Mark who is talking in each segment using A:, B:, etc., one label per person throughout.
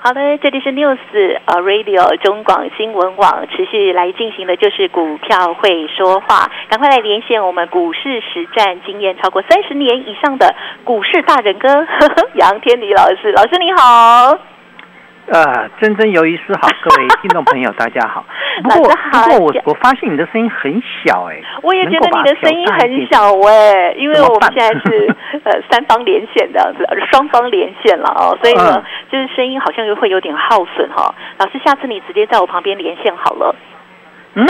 A: 好的，这里是 News 呃 Radio 中广新闻网，持续来进行的就是股票会说话，赶快来连线我们股市实战经验超过三十年以上的股市大人哥 呵呵杨天理老师，老师你好。
B: 呃，真真有意思好，各位听众朋友，大家 好。不过，
A: 老师好
B: 不过我我发现你的声音很小哎、
A: 我也觉得你的声音很小喂、因为
B: 怎么
A: 我们
B: 办
A: 现在 是呃三方连线这样子，呃双方连线了哦，所以呢
B: 嗯，
A: 就是声音好像又会有点耗损哈、老师，下次你直接在我旁边连线好了。
B: 嗯，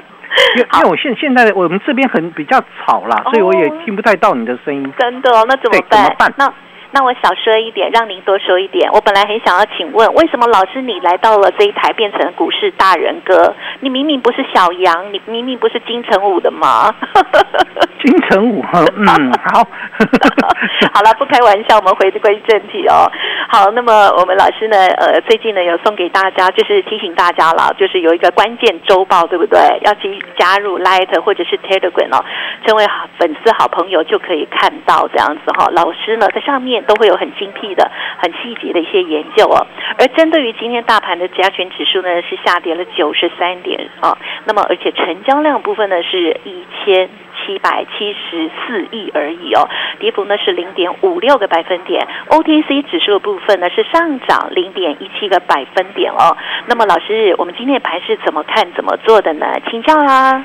B: 因为因为我现现在我们这边很比较吵啦，所以我也
A: 哦
B: 听不太到你的声音。
A: 真的哦，那怎么
B: 嗯对
A: 办？
B: 怎么办
A: 那那我少说一点，让您多说一点。我本来很想要请问，为什么老师你来到了这一台变成股市大人哥？你明明不是小杨，你明明不是金城武的嘛？。
B: 金城武，嗯，好
A: 好了，不开玩笑，我们回归正题哦。好，那么我们老师呢，呃，最近呢有送给大家，就是提醒大家了，就是有一个关键周报，对不对？要去加入 Light 或者是 Telegram 哦，成为好粉丝好朋友就可以看到这样子哈、老师呢在上面都会有很精辟的、很细节的一些研究哦。而针对于今天大盘的加权指数呢是下跌了九十三点啊、哦，那么而且成交量部分呢是一千。七百七十四亿而已哦，跌幅呢是零点五六个百分点。OTC 指数的部分呢是上涨零点一七个百分点哦。那么老师，我们今天的盘是怎么看、怎么做的呢？请教啊啦。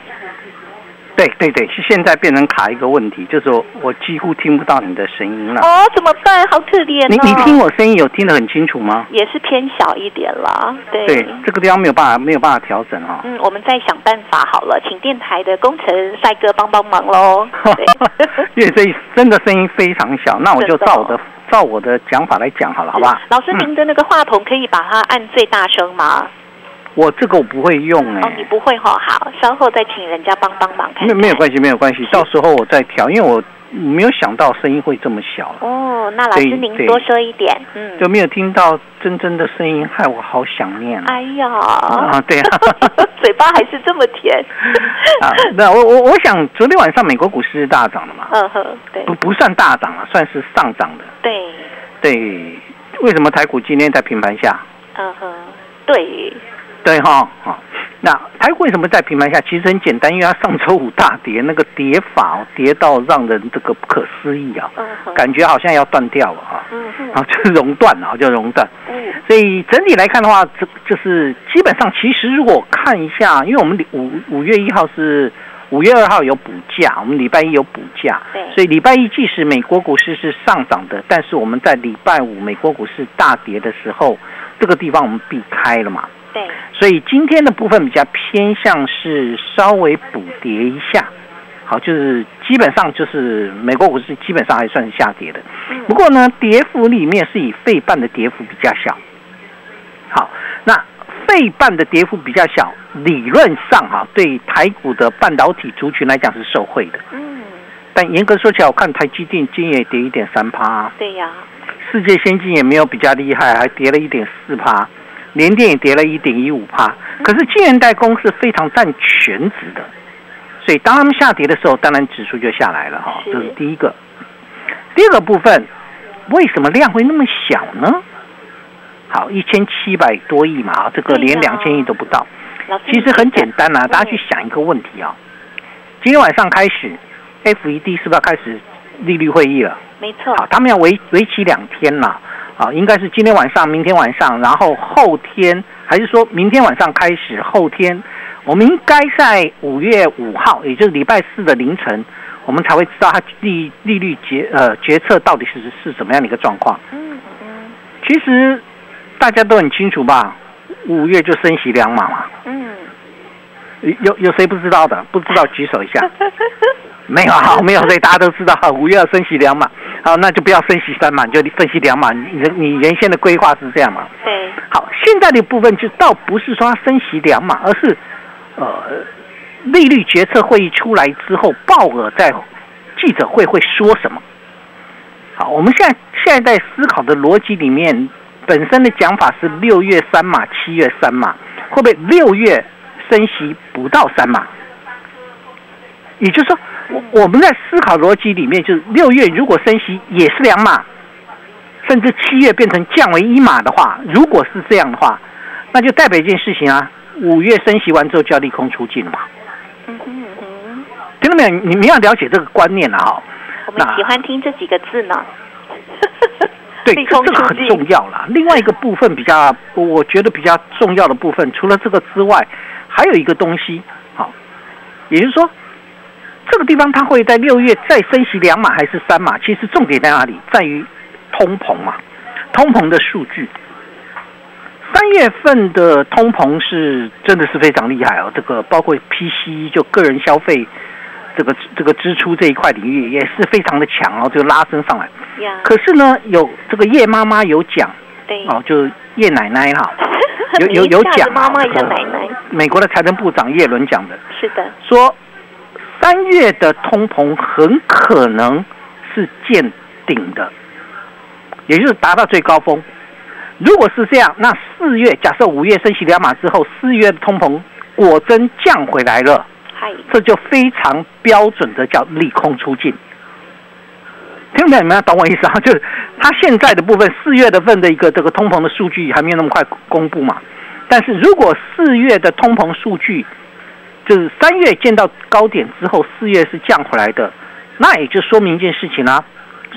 B: 对对对，是现在变成卡一个问题，就是我我几乎听不到你的声音了。
A: 哦，怎么办？好可怜
B: 你
A: 哦。
B: 你听我声音有听得很清楚吗？
A: 也是偏小一点啦，对。
B: 对，这个地方没有办法没有办法调整啊哈、
A: 嗯，我们再想办法好了，请电台的工程帅哥帮帮忙喽。对
B: 因为这真的声音非常小，那我就
A: 真的哦
B: 照我的照我的讲法来讲好了，好不好？
A: 老师，
B: 嗯
A: 您的那个话筒可以把它按最大声吗？
B: 我这个我不会用哎、
A: 哦，你不会哈、好，稍后再请人家帮帮忙看
B: 没
A: 看。
B: 没有关系，没有关系，到时候我再调，因为我没有想到声音会这么小，
A: 哦，那老师
B: 对
A: 您
B: 对
A: 多说一点，嗯，
B: 就没有听到真真的声音，害我好想念啊！
A: 哎呀，
B: 啊对啊
A: 嘴巴还是这么甜，
B: 啊那我我我想昨天晚上美国股市是大涨的嘛，
A: 嗯哼，对
B: 不不算大涨了，啊算是上涨的。
A: 对，
B: 对，为什么台股今天在平盘下？
A: 嗯哼，对，
B: 对哈、好、那台股为什么在平盘下？其实很简单，因为它上周五大跌，那个跌法哦跌到让人这个不可思议啊，
A: 嗯哼，
B: 感觉好像要断掉了啊，
A: 嗯哼，
B: 啊， 就是熔断了啊，就熔断。
A: 嗯
B: 所以整体来看的话，这就是基本上，其实如果看一下，因为我们礼五五月一号是五月二号有补假，我们礼拜一有补假
A: 对，
B: 所以礼拜一即使美国股市是上涨的，但是我们在礼拜五美国股市大跌的时候，这个地方我们避开了嘛，
A: 对，
B: 所以今天的部分比较偏向是稍微补跌一下。好，就是基本上就是美国股市基本上还算是下跌的，
A: 嗯
B: 不过呢，跌幅里面是以费半的跌幅比较小。好，那费半的跌幅比较小，理论上哈、对台股的半导体族群来讲是受惠的。
A: 嗯，
B: 但严格说起来，我看台积电今夜跌一点三趴，啊
A: 对呀，
B: 世界先进也没有比较厉害，还跌了一点四趴，联电也跌了一点一五趴。
A: 嗯
B: 可是晶圆代工是非常占全值的，所以当他们下跌的时候，当然指数就下来了哈，
A: 是
B: 这是第一个。第二个部分，为什么量会那么小呢？好，一千七百多亿嘛，这个
A: 对呀
B: 连两千亿都不到。
A: 啊老师，
B: 其实很简单啦、
A: 嗯
B: 大家去想一个问题啊、今天晚上开始，FED 是不是要开始利率会议了？
A: 没错，
B: 啊好，他们要为为期两天啦，啊，应该是今天晚上、明天晚上，然后后天，还是说明天晚上开始，后天，我们应该在五月五号，也就是礼拜四的凌晨，我们才会知道它利利率决呃决策到底是是怎么样的一个状况。
A: 嗯嗯
B: 其实大家都很清楚吧，五月就升息两码嘛，
A: 嗯，
B: 有有谁不知道的？不知道举手一下。 没有啊， 没有，所以大家都知道，五月要升息两码，好，那就不要升息三码，你就升息两码。你你你原先的规划是这样嘛？
A: 对，
B: 好，现在的部分就倒不是说它升息两码，而是呃利率决策会议出来之后，鲍尔在记者会会说什么？好，我们现在现在在思考的逻辑里面，本身的讲法是六月三码，七月三码，会不会六月升息不到三码？也就是说，我我们在思考逻辑里面，就是六月如果升息也是两码，甚至七月变成降为一码的话，如果是这样的话，那就代表一件事情啊，五月升息完之后就要利空出尽了嘛。
A: 嗯哼嗯哼，
B: 听到没有？你们要了解这个观念了哈。
A: 我们
B: 那
A: 喜欢听这几个字呢。
B: 对，
A: 利
B: 这
A: 空
B: 这个
A: 出
B: 很
A: 尽
B: 重要啦。另外一个部分比较，我觉得比较重要的部分，除了这个之外，还有一个东西，好，也就是说，这个地方它会在六月再升息两码还是三码？其实重点在哪里？在于通膨嘛，通膨的数据。三月份的通膨是真的是非常厉害哦，这个包括 PCE 就个人消费这个这个支出这一块领域也是非常的强哦，就拉升上来。
A: 呀，
B: 可是呢，有这个叶妈妈有讲
A: 对。
B: 哦，就叶奶奶哈， 有
A: 你
B: 有有
A: 一下子
B: 讲啊
A: 妈妈
B: 这
A: 一下
B: 个
A: 奶奶，
B: 美国的财政部长叶伦讲的，
A: 是的，
B: 说三月的通膨很可能是见顶的，也就是达到最高峰。如果是这样，那四月假设五月升息两码之后，四月的通膨果真降回来了，
A: 嗨，
B: 这就非常标准的叫利空出尽。听不懂你们要懂我意思啊？就是它现在的部分，四月的份的一个这个通膨的数据还没有那么快公布嘛。但是如果四月的通膨数据就是三月见到高点之后，四月是降回来的，那也就说明一件事情啦、啊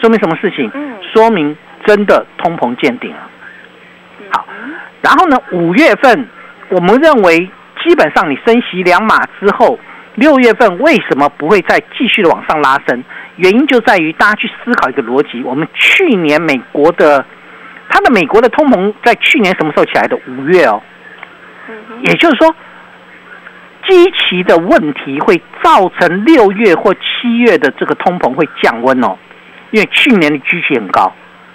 B: 说明什么事情？
A: 嗯
B: 说明真的通膨见顶了。
A: 嗯
B: 好然后呢，五月份我们认为基本上你升息两码之后，六月份为什么不会再继续的往上拉升？原因就在于大家去思考一个逻辑：我们去年美国的它的美国的通膨在去年什么时候起来的？五月哦，
A: 嗯哼
B: 也就是说，基期的问题会造成六月或七月的这个通膨会降温哦，因为去年的基期很高，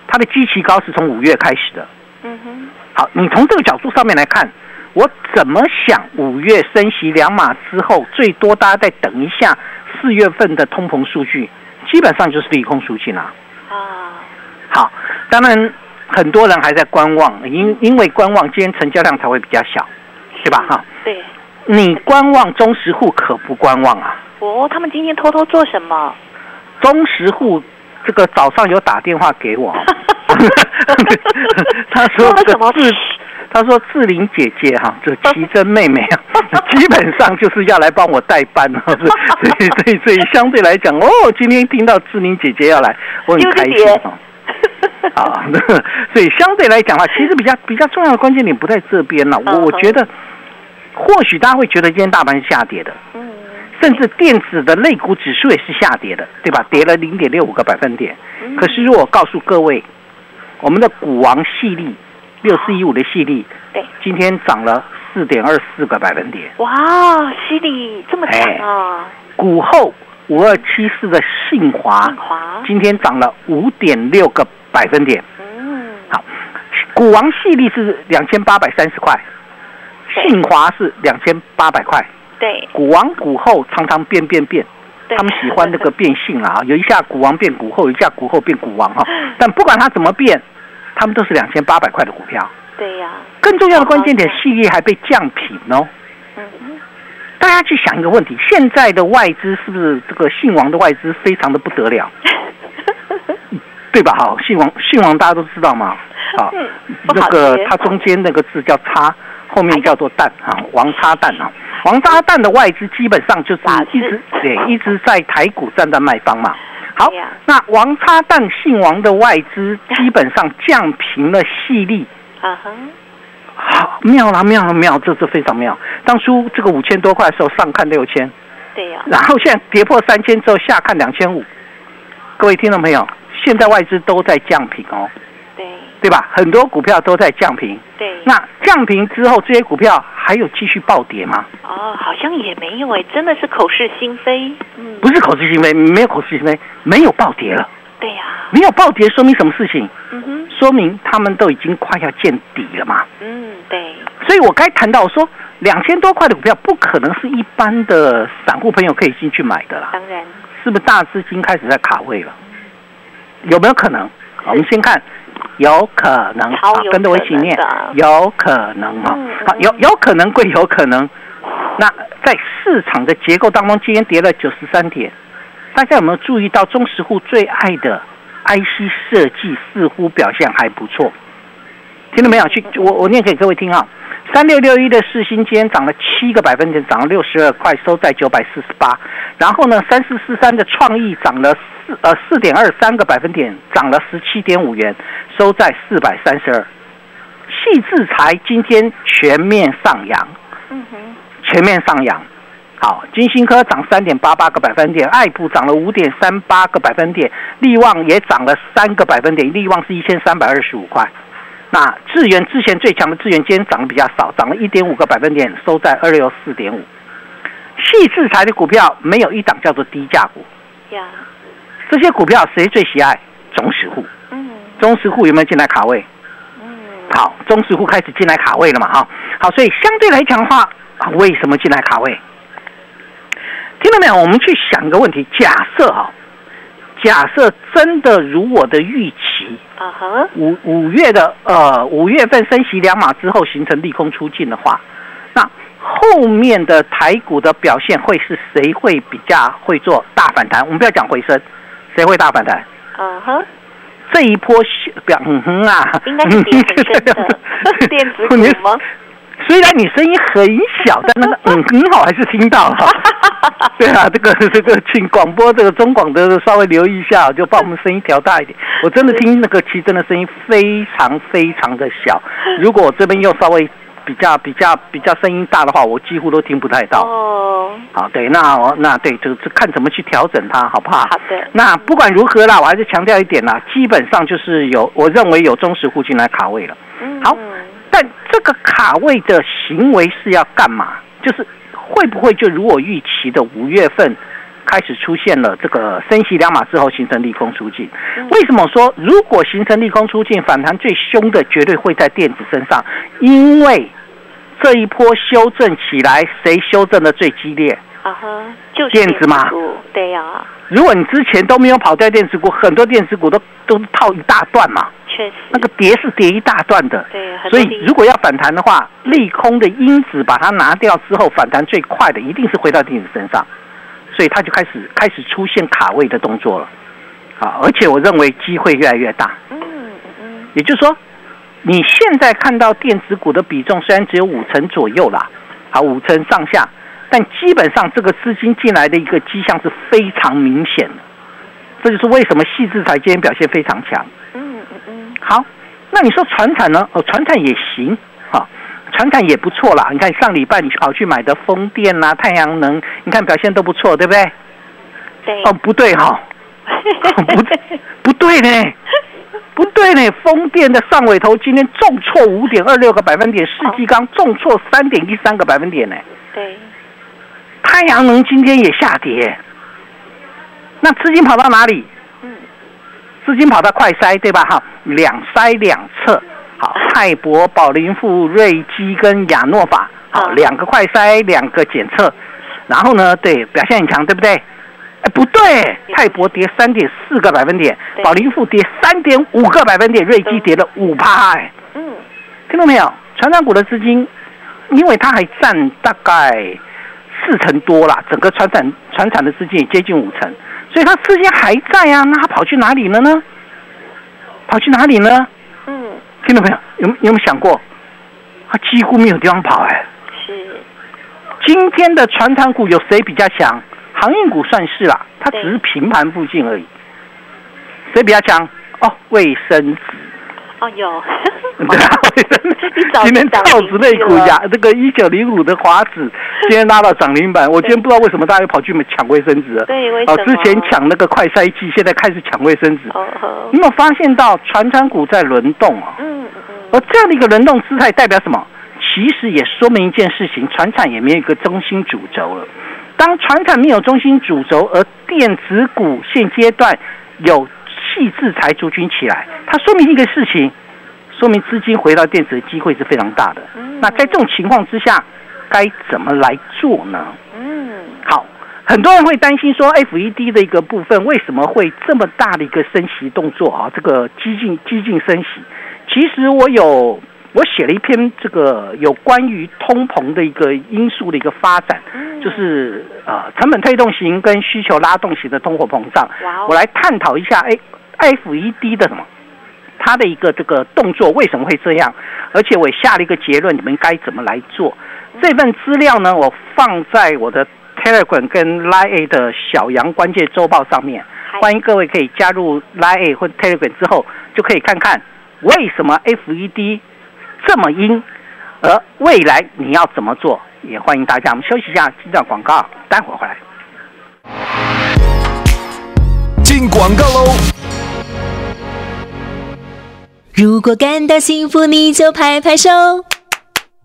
B: 它的基期高是从五月开始的。
A: 嗯哼，
B: 好，你从这个角度上面来看，我怎么想？五月升息两码之后，最多大家再等一下四月份的通膨数据，基本上就是利空出尽啦。
A: 啊，
B: 好，当然很多人还在观望，因因为观望，今天成交量才会比较小，对吧？哈，
A: 嗯对，
B: 你观望中实户可不观望啊，
A: 哦，他们今天偷偷做什么？
B: 中实户这个早上有打电话 给我， 他
A: 做
B: 说
A: 了
B: 这
A: 什么
B: 个？自他说：“志玲姐姐哈、这奇珍妹妹啊， 基本上就是要来帮我代班啊， 所以所以所以相对来讲，哦，今天听到志玲姐姐要来，我很开心 啊。啊， 所以相对来讲的话，啊其实比较比较重要的关键点不在这边了。我我觉得，或许大家会觉得今天大盘是下跌的，
A: 嗯，
B: 甚至电子的类股指数也是下跌的，对吧？跌了零点六五个百分点。
A: 嗯
B: 可是如果我告诉各位，我们的股王系利六四一五的系利，
A: 对，
B: 今天涨了四点二四个百分点，
A: 哇，犀利这么强啊！
B: 股后五二七四的信华
A: 振华，
B: 今天涨了五点六个百分点。
A: 嗯，
B: 好，股王系利是两千八百三十块，
A: 对
B: 信华是两千八百块。
A: 对
B: 股王股后常常变变变，
A: 对，
B: 他们喜欢那个变性啊， 有一下股王变股后，有一下股后变股王哈、啊但不管它怎么变，他们都是两千八百块的股票。
A: 对呀，
B: 更重要的关键点
A: 好，好
B: 系列还被降品哦。
A: 嗯 哼，
B: 大家去想一个问题：现在的外资是不是这个姓王的外资非常的不得了，对吧？哈，姓王姓王大家都知 道嘛，啊，
A: 嗯
B: 那
A: 不
B: 个
A: 好接
B: 它中间那个字叫叉，后面叫做蛋啊，王叉蛋啊，王叉蛋的外资基本上就是
A: 法治
B: 一直对一直在台股站在卖方嘛。好
A: 对呀，
B: 那王叉蛋姓王的外资基本上降平了细粒。
A: 啊哼，
B: 好妙啦，妙啦，妙！这是非常妙。当初这个五千多块的时候上看六千，
A: 对呀，
B: 然后现在跌破三千之后下看两千五。各位听众朋友，现在外资都在降平哦，
A: 对
B: 对吧？很多股票都在降平。
A: 对，
B: 那降平之后，这些股票还有继续暴跌吗？
A: 哦，好像也没有哎，真的是口是心非，嗯，
B: 不是口是心非，没有口是心非，没有暴跌了，
A: 对呀，
B: 没有暴跌，说明什么事情？
A: 嗯哼，
B: 说明他们都已经快要见底了嘛。
A: 嗯，对，
B: 所以我该谈到说，两千多块的股票不可能是一般的散户朋友可以进去买的啦，
A: 当然，
B: 是不是大资金开始在卡位了？有没有可能？好我们先看，有可能，
A: 超
B: 好
A: 有
B: 跟着我一
A: 可
B: 起
A: 能
B: 念
A: 的，
B: 有可能哈、
A: 嗯
B: 好，有有可能归有可能，那在市场的结构当中，今天跌了九十三点，大家有没有注意到中石户最爱的 IC 设计似乎表现还不错？听到没有？去，我我念给各位听啊。三六六一的世新今天涨了七个百分点，涨了六十二块，收在九百四十八。然后呢，三四四三的创意涨了四呃四点二三个百分点，涨了十七点五元，收在四百三十二。细制材今天全面上扬，
A: 嗯哼，
B: 全面上扬。好，金星科涨三点八八个百分点，爱普涨了五点三八个百分点，力旺也涨了三个百分点，力旺是一千三百二十五块。那智源之前最强的智源今天涨得比较少，涨了一点五个百分点，收在二六四点五。细制材的股票没有一档叫做低价股，
A: 呀，
B: 这些股票谁最喜爱？中实户，
A: 嗯
B: 中实户有没有进来卡位？
A: 嗯，
B: 好，中实户开始进来卡位了嘛？哈，好，所以相对来讲的话，啊为什么进来卡位？听到没有？我们去想一个问题，假设哈、假设真的如我的预期，
A: 啊哈，
B: 五五月的呃五月份升息两码之后形成利空出尽的话，那后面的台股的表现会是谁会比较会做大反弹？我们不要讲回升，谁会大反弹？
A: 啊 哈，
B: 这一波是表嗯哼啊，
A: 应该是跌很深的电子股
B: 你
A: 吗？
B: 虽然你声音很小，但那个嗯很好，还是听到了。对啊，这个这个，请广播这个中广的稍微留意一下，就把我们声音调大一点。我真的听那个奇珍的声音非常非常的小，如果我这边又稍微比较比较比较声音大的话，我几乎都听不太到。
A: 哦，
B: 好，对，那我那对，就是看怎么去调整它，好不好？
A: 好的
B: 那不管如何啦，我还是强调一点啦，基本上就是有，我认为有中实户进来卡位了。
A: 嗯
B: 好但这个卡位的行为是要干嘛？就是会不会就如我预期的五月份开始出现了这个升息两码之后形成利空出尽
A: 嗯？
B: 为什么说如果形成利空出尽，反弹最凶的绝对会在电子身上？因为这一波修正起来，谁修正的最激烈？
A: 啊哈，就是
B: 电子嘛
A: 股，对呀，
B: 如果你之前都没有跑掉电子股，很多电子股都都是套一大段嘛，
A: 确实，
B: 那个跌是跌一大段的。
A: 嗯对，很
B: 所
A: 多
B: 以
A: 利
B: 如果要反弹的话，利空的因子把它拿掉之后，反弹最快的一定是回到电子身上，所以它就开始开始出现卡位的动作了。啊，而且我认为机会越来越大，
A: 嗯嗯
B: 也就是说，你现在看到电子股的比重虽然只有五成左右啦，啊，五成上下，但基本上这个资金进来的一个迹象是非常明显的，这就是为什么细制材今天表现非常强。
A: 嗯嗯嗯，
B: 好，那你说船产呢？哦，船产也行，哈、船产也不错啦。你看上礼拜你去跑去买的风电啦、太阳能，你看表现都不错，对不对？
A: 对，
B: 哦，不对哈、哦不 不对呢，不对呢，风电的上尾头今天重挫五点二六个百分点，世纪钢重挫三点一三个百分点呢。
A: 对，
B: 太阳能今天也下跌，那资金跑到哪里？
A: 嗯
B: 资金跑到快筛对吧？哈，两筛两测，好，泰博、宝林富、瑞基跟亚诺法，好，
A: 嗯
B: 两个快筛，两个检测，然后呢，对，表现很强，对不对？哎，不对，泰博跌三点四个百分点，
A: 对
B: 宝林富跌三点五个百分点，瑞基跌了五趴，哎，
A: 嗯
B: 听到没有？船长股的资金，因为它还占大概四成多啦，整个船产船产的资金也接近五成，所以它资金还在啊，那它跑去哪里了呢？跑去哪里呢？
A: 嗯，
B: 听到没有？有没有没有想过？它几乎没有地方跑哎、
A: 是，
B: 今天的船产股有谁比较强？航运股算是啦、它只是平盘附近而已。谁比较强？哦，卫生纸。
A: 哦 有，
B: 对啊，
A: 一早就
B: 今天
A: 涨
B: 造
A: 停
B: 纸类股
A: 了
B: 呀，这个一九零五的华 指今天拉到涨停板，我今天不知道为什么大家又跑去抢卫生纸了。
A: 对为
B: 哦，
A: 什
B: 之
A: 么
B: 前抢那个快筛剂，现在开始抢卫生纸。
A: 哦哦
B: 你有没有发现到传产股在轮动啊？
A: 嗯嗯
B: 而这样的一个轮动姿态代表什么？其实也说明一件事情，船产也没有一个中心主轴了。当船产没有中心主轴，而电子股现阶段有细制裁族群起来，它说明一个事情，说明资金回到电子的机会是非常大的。
A: 嗯
B: 那在这种情况之下，该怎么来做呢？
A: 嗯，
B: 好，很多人会担心说 FED 的一个部分为什么会这么大的一个升息动作啊？这个激进激进升息，其实我有我写了一篇这个有关于通膨的一个因素的一个发展，
A: 嗯
B: 就是呃成本推动型跟需求拉动型的通货膨胀，
A: 哇哦，
B: 我来探讨一下哎 FED 的什么。它的一个这个动作为什么会这样？而且我也下了一个结论，你们该怎么来做？
A: 嗯
B: 这份资料呢，我放在我的 Telegram 跟 Line 的小羊关键周报上面，
A: 嗨
B: 欢迎各位可以加入 Line 或 Telegram 之后，就可以看看为什么 FED 这么阴，而未来你要怎么做？也欢迎大家，我们休息一下，这段广告，待会儿回来。
C: 进广告喽。
D: 如果感到幸福，你就拍拍手。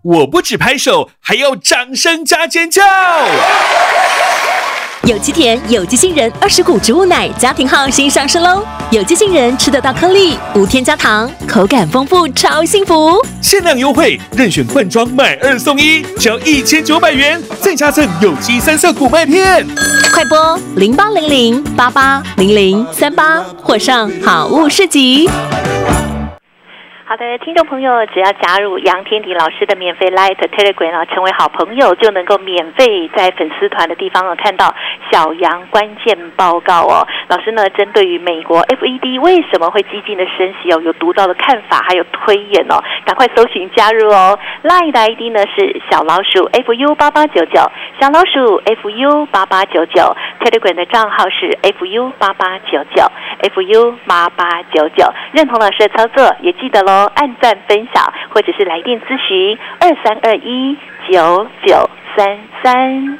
C: 我不止拍手，还要掌声加尖叫。
D: 有机甜、有机杏仁、二十谷植物奶，家庭号新上市喽！有机杏仁吃得到颗粒，无添加糖，口感丰富，超幸福。
C: 限量优惠，任选罐装买二送一，只要一千九百元，再加赠有机三色谷麦片。
D: 快播零八零零八八零零三八，或上好物市集。
A: 好的，听众朋友，只要加入杨天迪老师的免费 Light Telegram 啊，成为好朋友，就能够免费在粉丝团的地方啊看到小杨关键报告哦。老师呢，针对于美国 FED 为什么会激进的升息哦，有独到的看法，还有推演哦，赶快搜寻加入哦。Line 的 ID 呢是小老鼠 FU 八八九九，小老鼠 FU 八八九九，Telegram 的账号是 FU 八八九九。FU 八八九九。认同老师的操作，也记得喽，按赞分享或者是来电咨询二三二一九九三三。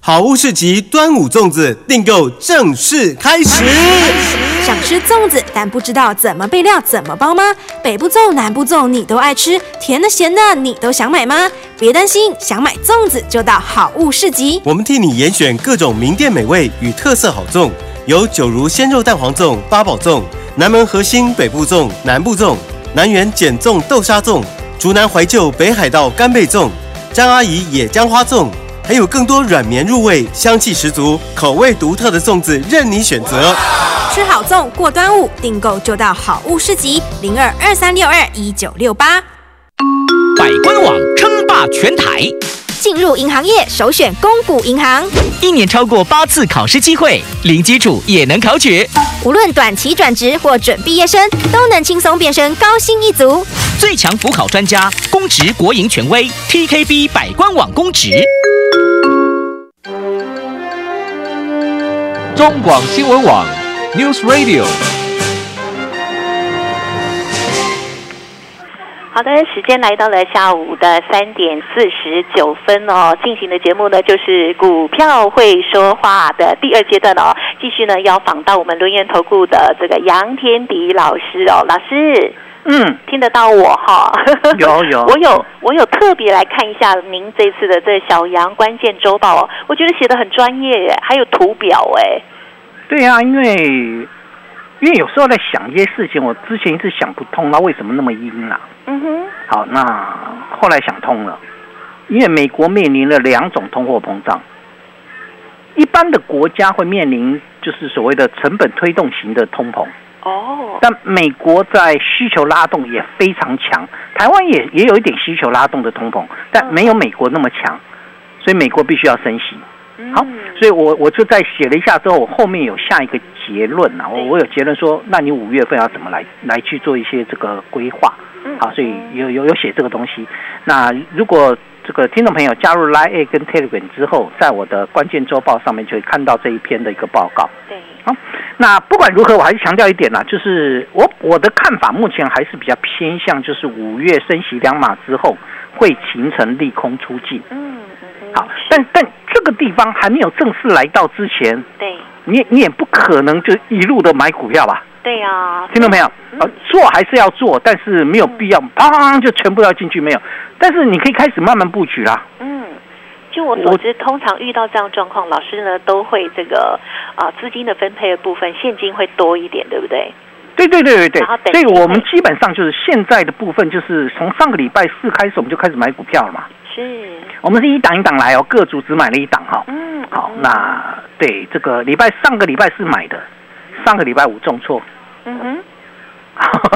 E: 好物市集端午粽子订购正式开始。
F: 想吃粽子，但不知道怎么备料、怎么包吗？北部粽、南部粽你都爱吃，甜的、咸的你都想买吗？别担心，想买粽子就到好物市集。
E: 我们替你严选各种名店美味与特色好粽，有九如鲜肉蛋黄粽、八宝粽、南门核心北部粽、南部粽、南园碱粽、豆沙粽、竹南怀旧北海道干贝粽、张阿姨野姜花粽，还有更多软绵入味、香气十足、口味独特的粽子任你选择。
F: 吃好粽过端午，订购就到好物市集零二二三六二一九六八。
G: 百官网称霸全台，
F: 进入银行业首选公股银行，
G: 一年超过八次考试机会，零基础也能考取。
F: 无论短期转职或准毕业生，都能轻松变身高薪一族。
G: 最强辅考专家，公职国营权威 TKB 百官网公职。
H: 中广新闻网 News Radio。
A: 好的，时间来到了下午的三点四十九分哦。进行的节目呢，就是股票会说话的第二阶段哦。继续呢，要访到我们轮源投顾的这个杨天迪老师哦，老师。
B: 嗯，
A: 听得到我哈，
B: 有有
A: 我有我有特别来看一下您这次的这小羊关键周报哦，我觉得写的很专业耶，还有图表哎，
B: 对呀、因为因为有时候在想一些事情，我之前一直想不通它为什么那么阴啦、
A: 嗯哼，
B: 好，那后来想通了，因为美国面临了两种通货膨胀，一般的国家会面临就是所谓的成本推动型的通膨，
A: 哦，
B: 但美国在需求拉动也非常强，台湾也也有一点需求拉动的通膨，但没有美国那么强，所以美国必须要升息。
A: 嗯
B: 好，所以我我就在写了一下之后，我后面有下一个结论呐、我
A: 对
B: 我有结论说，那你五月份要怎么来来去做一些这个规划？
A: 嗯
B: 好，所以有有有写这个东西。那如果这个听众朋友加入 Line 跟 Telegram 之后，在我的关键周报上面就会看到这一篇的一个报告。
A: 对，
B: 好，哦那不管如何，我还是强调一点啦，就是我我的看法目前还是比较偏向，就是五月升息两码之后，会形成利空出尽。
A: 嗯，嗯嗯
B: 好，但但这个地方还没有正式来到之前，
A: 对
B: 你你也不可能就一路的买股票吧？
A: 对啊呀，
B: 听到没有？
A: 嗯
B: 呃，做还是要做，但是没有必要砰就全部要进去没有。但是你可以开始慢慢布局啦。
A: 嗯，就我所知，通常遇到这样状况，老师呢都会这个啊、资金的分配的部分，现金会多一点，对不对？
B: 对对对对对
A: 然后，等
B: 所以
A: 机会
B: 我们基本上就是现在的部分，就是从上个礼拜四开始我们就开始买股票了嘛。
A: 是，
B: 我们是一档一档来哦，各组只买了一档哈、
A: 嗯，
B: 好，
A: 嗯
B: 那对这个礼拜上个礼拜四买的，上个礼拜五重 挫，
A: 嗯哼，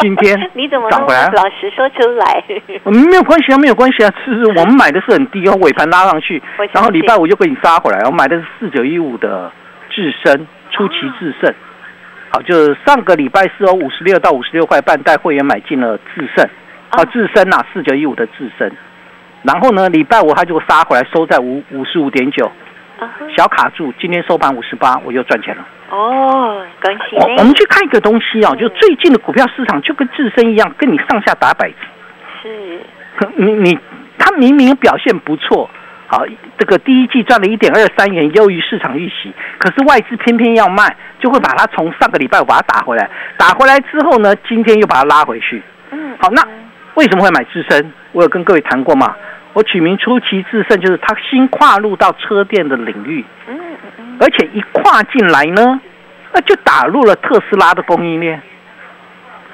B: 今天
A: 你怎么
B: 涨回来了
A: 老实说出来？
B: 嗯没有关系啊，没有关系啊，就是我们买的是很低哦，尾盘拉上去
A: 我相信，
B: 然后礼拜五又给你杀回来，我买的是四九一五的智深，出奇制胜。好，就上个礼拜四哦，五十六到五十六块半带会员买进了智胜，啊，
A: 哦
B: 智深呐，四九一五的智深。然后呢，礼拜五它就杀回来，收在五五十五点九，
A: 啊哈
B: 小卡住，今天收盘五十八，我又赚钱了。
A: 哦，恭喜
B: 我我
A: 你
B: 们，去看一个东西哦，就
A: 嗯
B: 最近的股票市场就跟智深一样，跟你上下打摆子。
A: 是，
B: 你你他明明表现不错，好，这个第一季赚了一点二三元，优于市场预期，可是外资偏偏要卖，就会把它从上个礼拜把它打回来，打回来之后呢，今天又把它拉回去。
A: 嗯，
B: 好，那为什么会买智深？我有跟各位谈过嘛，我取名出奇制胜，就是它新跨入到车电的领域，
A: 嗯嗯嗯，
B: 而且一跨进来呢，那就打入了特斯拉的供应链，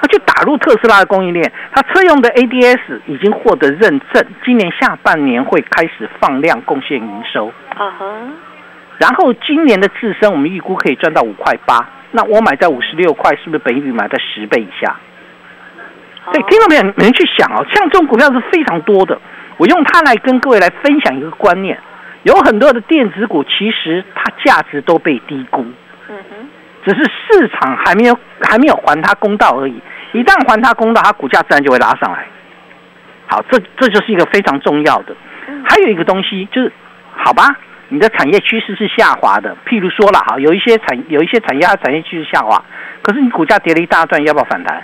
B: 它就打入特斯拉的供应链。它车用的 ADS 已经获得认证，今年下半年会开始放量贡献营收。
A: 啊哈，
B: 然后今年的自身我们预估可以赚到五块八，那我买在五十六块，是不是本益比买在十倍以下？
A: 好
B: 对，听到没有？你们去想哦，像这种股票是非常多的。我用它来跟各位来分享一个观念，有很多的电子股其实它价值都被低估。
A: 嗯哼，
B: 只是市场还没有还没有还它公道而已。一旦还它公道，它股价自然就会拉上来。好，这这就是一个非常重要的。还有一个东西就是，好吧，你的产业趋势是下滑的，譬如说了哈，有一些产有一些产业它产业趋势下滑，可是你股价跌了一大段，要不要反弹？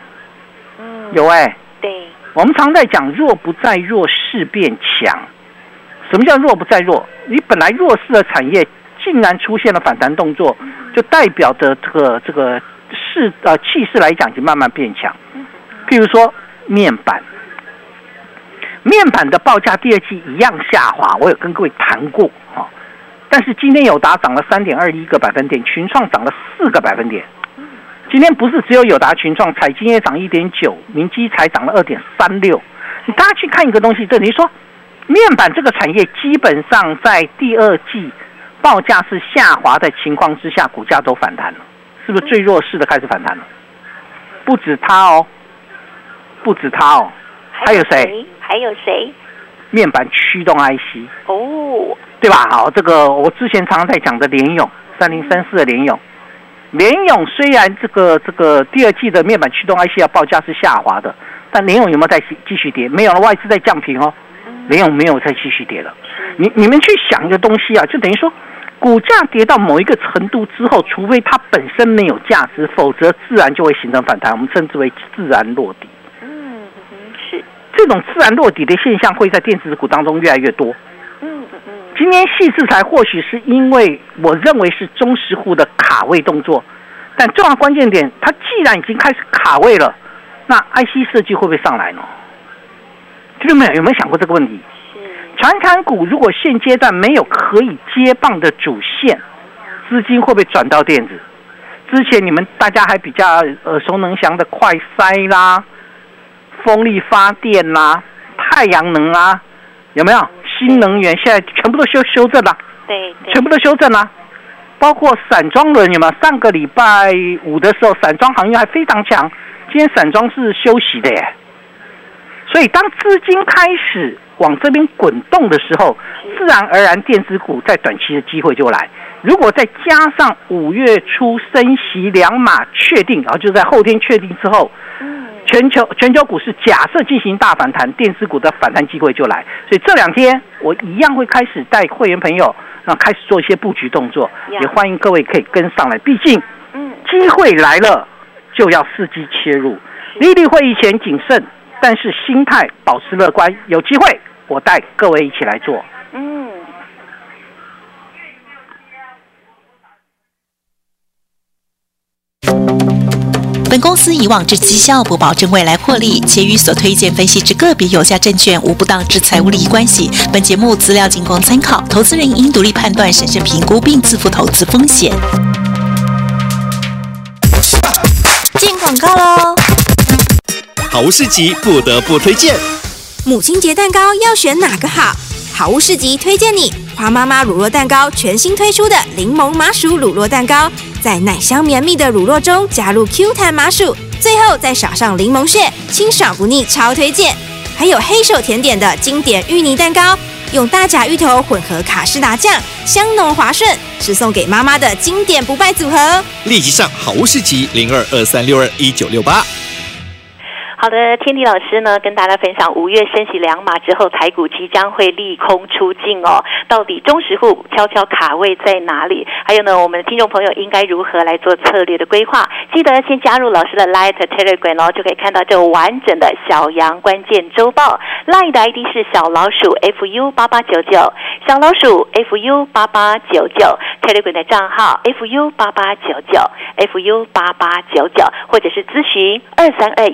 A: 嗯，
B: 有哎、
A: 对，
B: 我们常在讲弱不在弱，势变强。什么叫弱不在弱？你本来弱势的产业竟然出现了反弹动作，就代表着这个这个势呃气势来讲已经慢慢变强。譬如说面板，面板的报价第二季一样下滑，我有跟各位谈过哈、哦但是今天友达涨了三点二一个百分点，群创涨了四个百分点。今天不是只有友达、群创、彩金也涨一点九，明基才涨了二点三六。你大家去看一个东西，这你说面板这个产业基本上在第二季报价是下滑的情况之下，股价都反弹了，是不是最弱势的开始反弹了？不止它哦，不止它哦，还有谁？？
A: 还有谁？
B: 面板驱动 IC，
A: 哦，
B: 对吧？好，这个我之前常常在讲的联咏三零三四的联咏，联咏虽然这个这个第二季的面板驱动 IC 要报价是下滑的，但联咏有没有在继继续跌？没有了，外资在降平哦，联咏没有再继续跌了。你你们去想一个东西啊，就等于说。股价跌到某一个程度之后，除非它本身没有价值，否则自然就会形成反弹，我们称之为自然落底。
A: 嗯嗯嗯，是，
B: 这种自然落底的现象会在电子股当中越来越多。
A: 嗯嗯嗯，
B: 今天细制裁或许是因为我认为是中实户的卡位动作，但重要关键点，它既然已经开始卡位了，那 IC 设计会不会上来呢？听众朋友有没有想过这个问题？
A: 是，
B: 传产股如果现阶段没有可以接棒的主线，资金会不会转到电子？之前你们大家还比较耳熟能详的快筛啦、风力发电啦、太阳能啦，有没有新能源？现在全部都修修正了，
A: 对对，
B: 全部都修正了，包括散装轮，有没有？上个礼拜五的时候，散装行业还非常强，今天散装是休息的耶。所以，当资金开始往这边滚动的时候，自然而然电子股在短期的机会就来。如果再加上五月初升息两码确定，然后就在后天确定之后，全球全球股市假设进行大反弹，电子股的反弹机会就来。所以这两天我一样会开始带会员朋友，那开始做一些布局动作，
A: 呀
B: 也欢迎各位可以跟上来。毕竟
A: 嗯
B: 机会来了，就要伺机切入。利率会议前谨慎，但是心态保持乐观，有机会我带各位一起来做。
A: 嗯，
I: 本公司以往之绩效不保证未来获利，且与所推荐分析之个别有价证券无不当之财务利益关系。本节目资料仅供参考，投资人应独立判断、审慎评估并自负投资风险。
F: 进广告喽！
J: 好物市集不得不推荐，
F: 母亲节蛋糕要选哪个好？好物市集推荐你花妈妈乳酪蛋糕全新推出的柠檬麻薯乳酪蛋糕，在奶香绵密的乳酪中加入 Q 弹麻薯，最后再撒上柠檬屑，清爽不腻，超推荐！还有黑手甜点的经典芋泥蛋糕，用大甲芋头混合卡士达酱，香浓滑顺，是送给妈妈的经典不败组合哦。
J: 立即上好物市集零二二三六二一九六八。
A: 好的，天地老师呢跟大家分享，五月升息两码之后，台股即将会利空出尽哦。到底中实户悄悄卡位在哪里？还有呢，我们的听众朋友应该如何来做策略的规划？记得先加入老师的 Light Telegram 哦，就可以看到这完整的小羊关键周报。Light 的 ID 是小老鼠 fu 八八九九，小老鼠 fu 八八九九，Telegram 的账号 fu 八八九九，fu 八八九九，或者是咨询二三二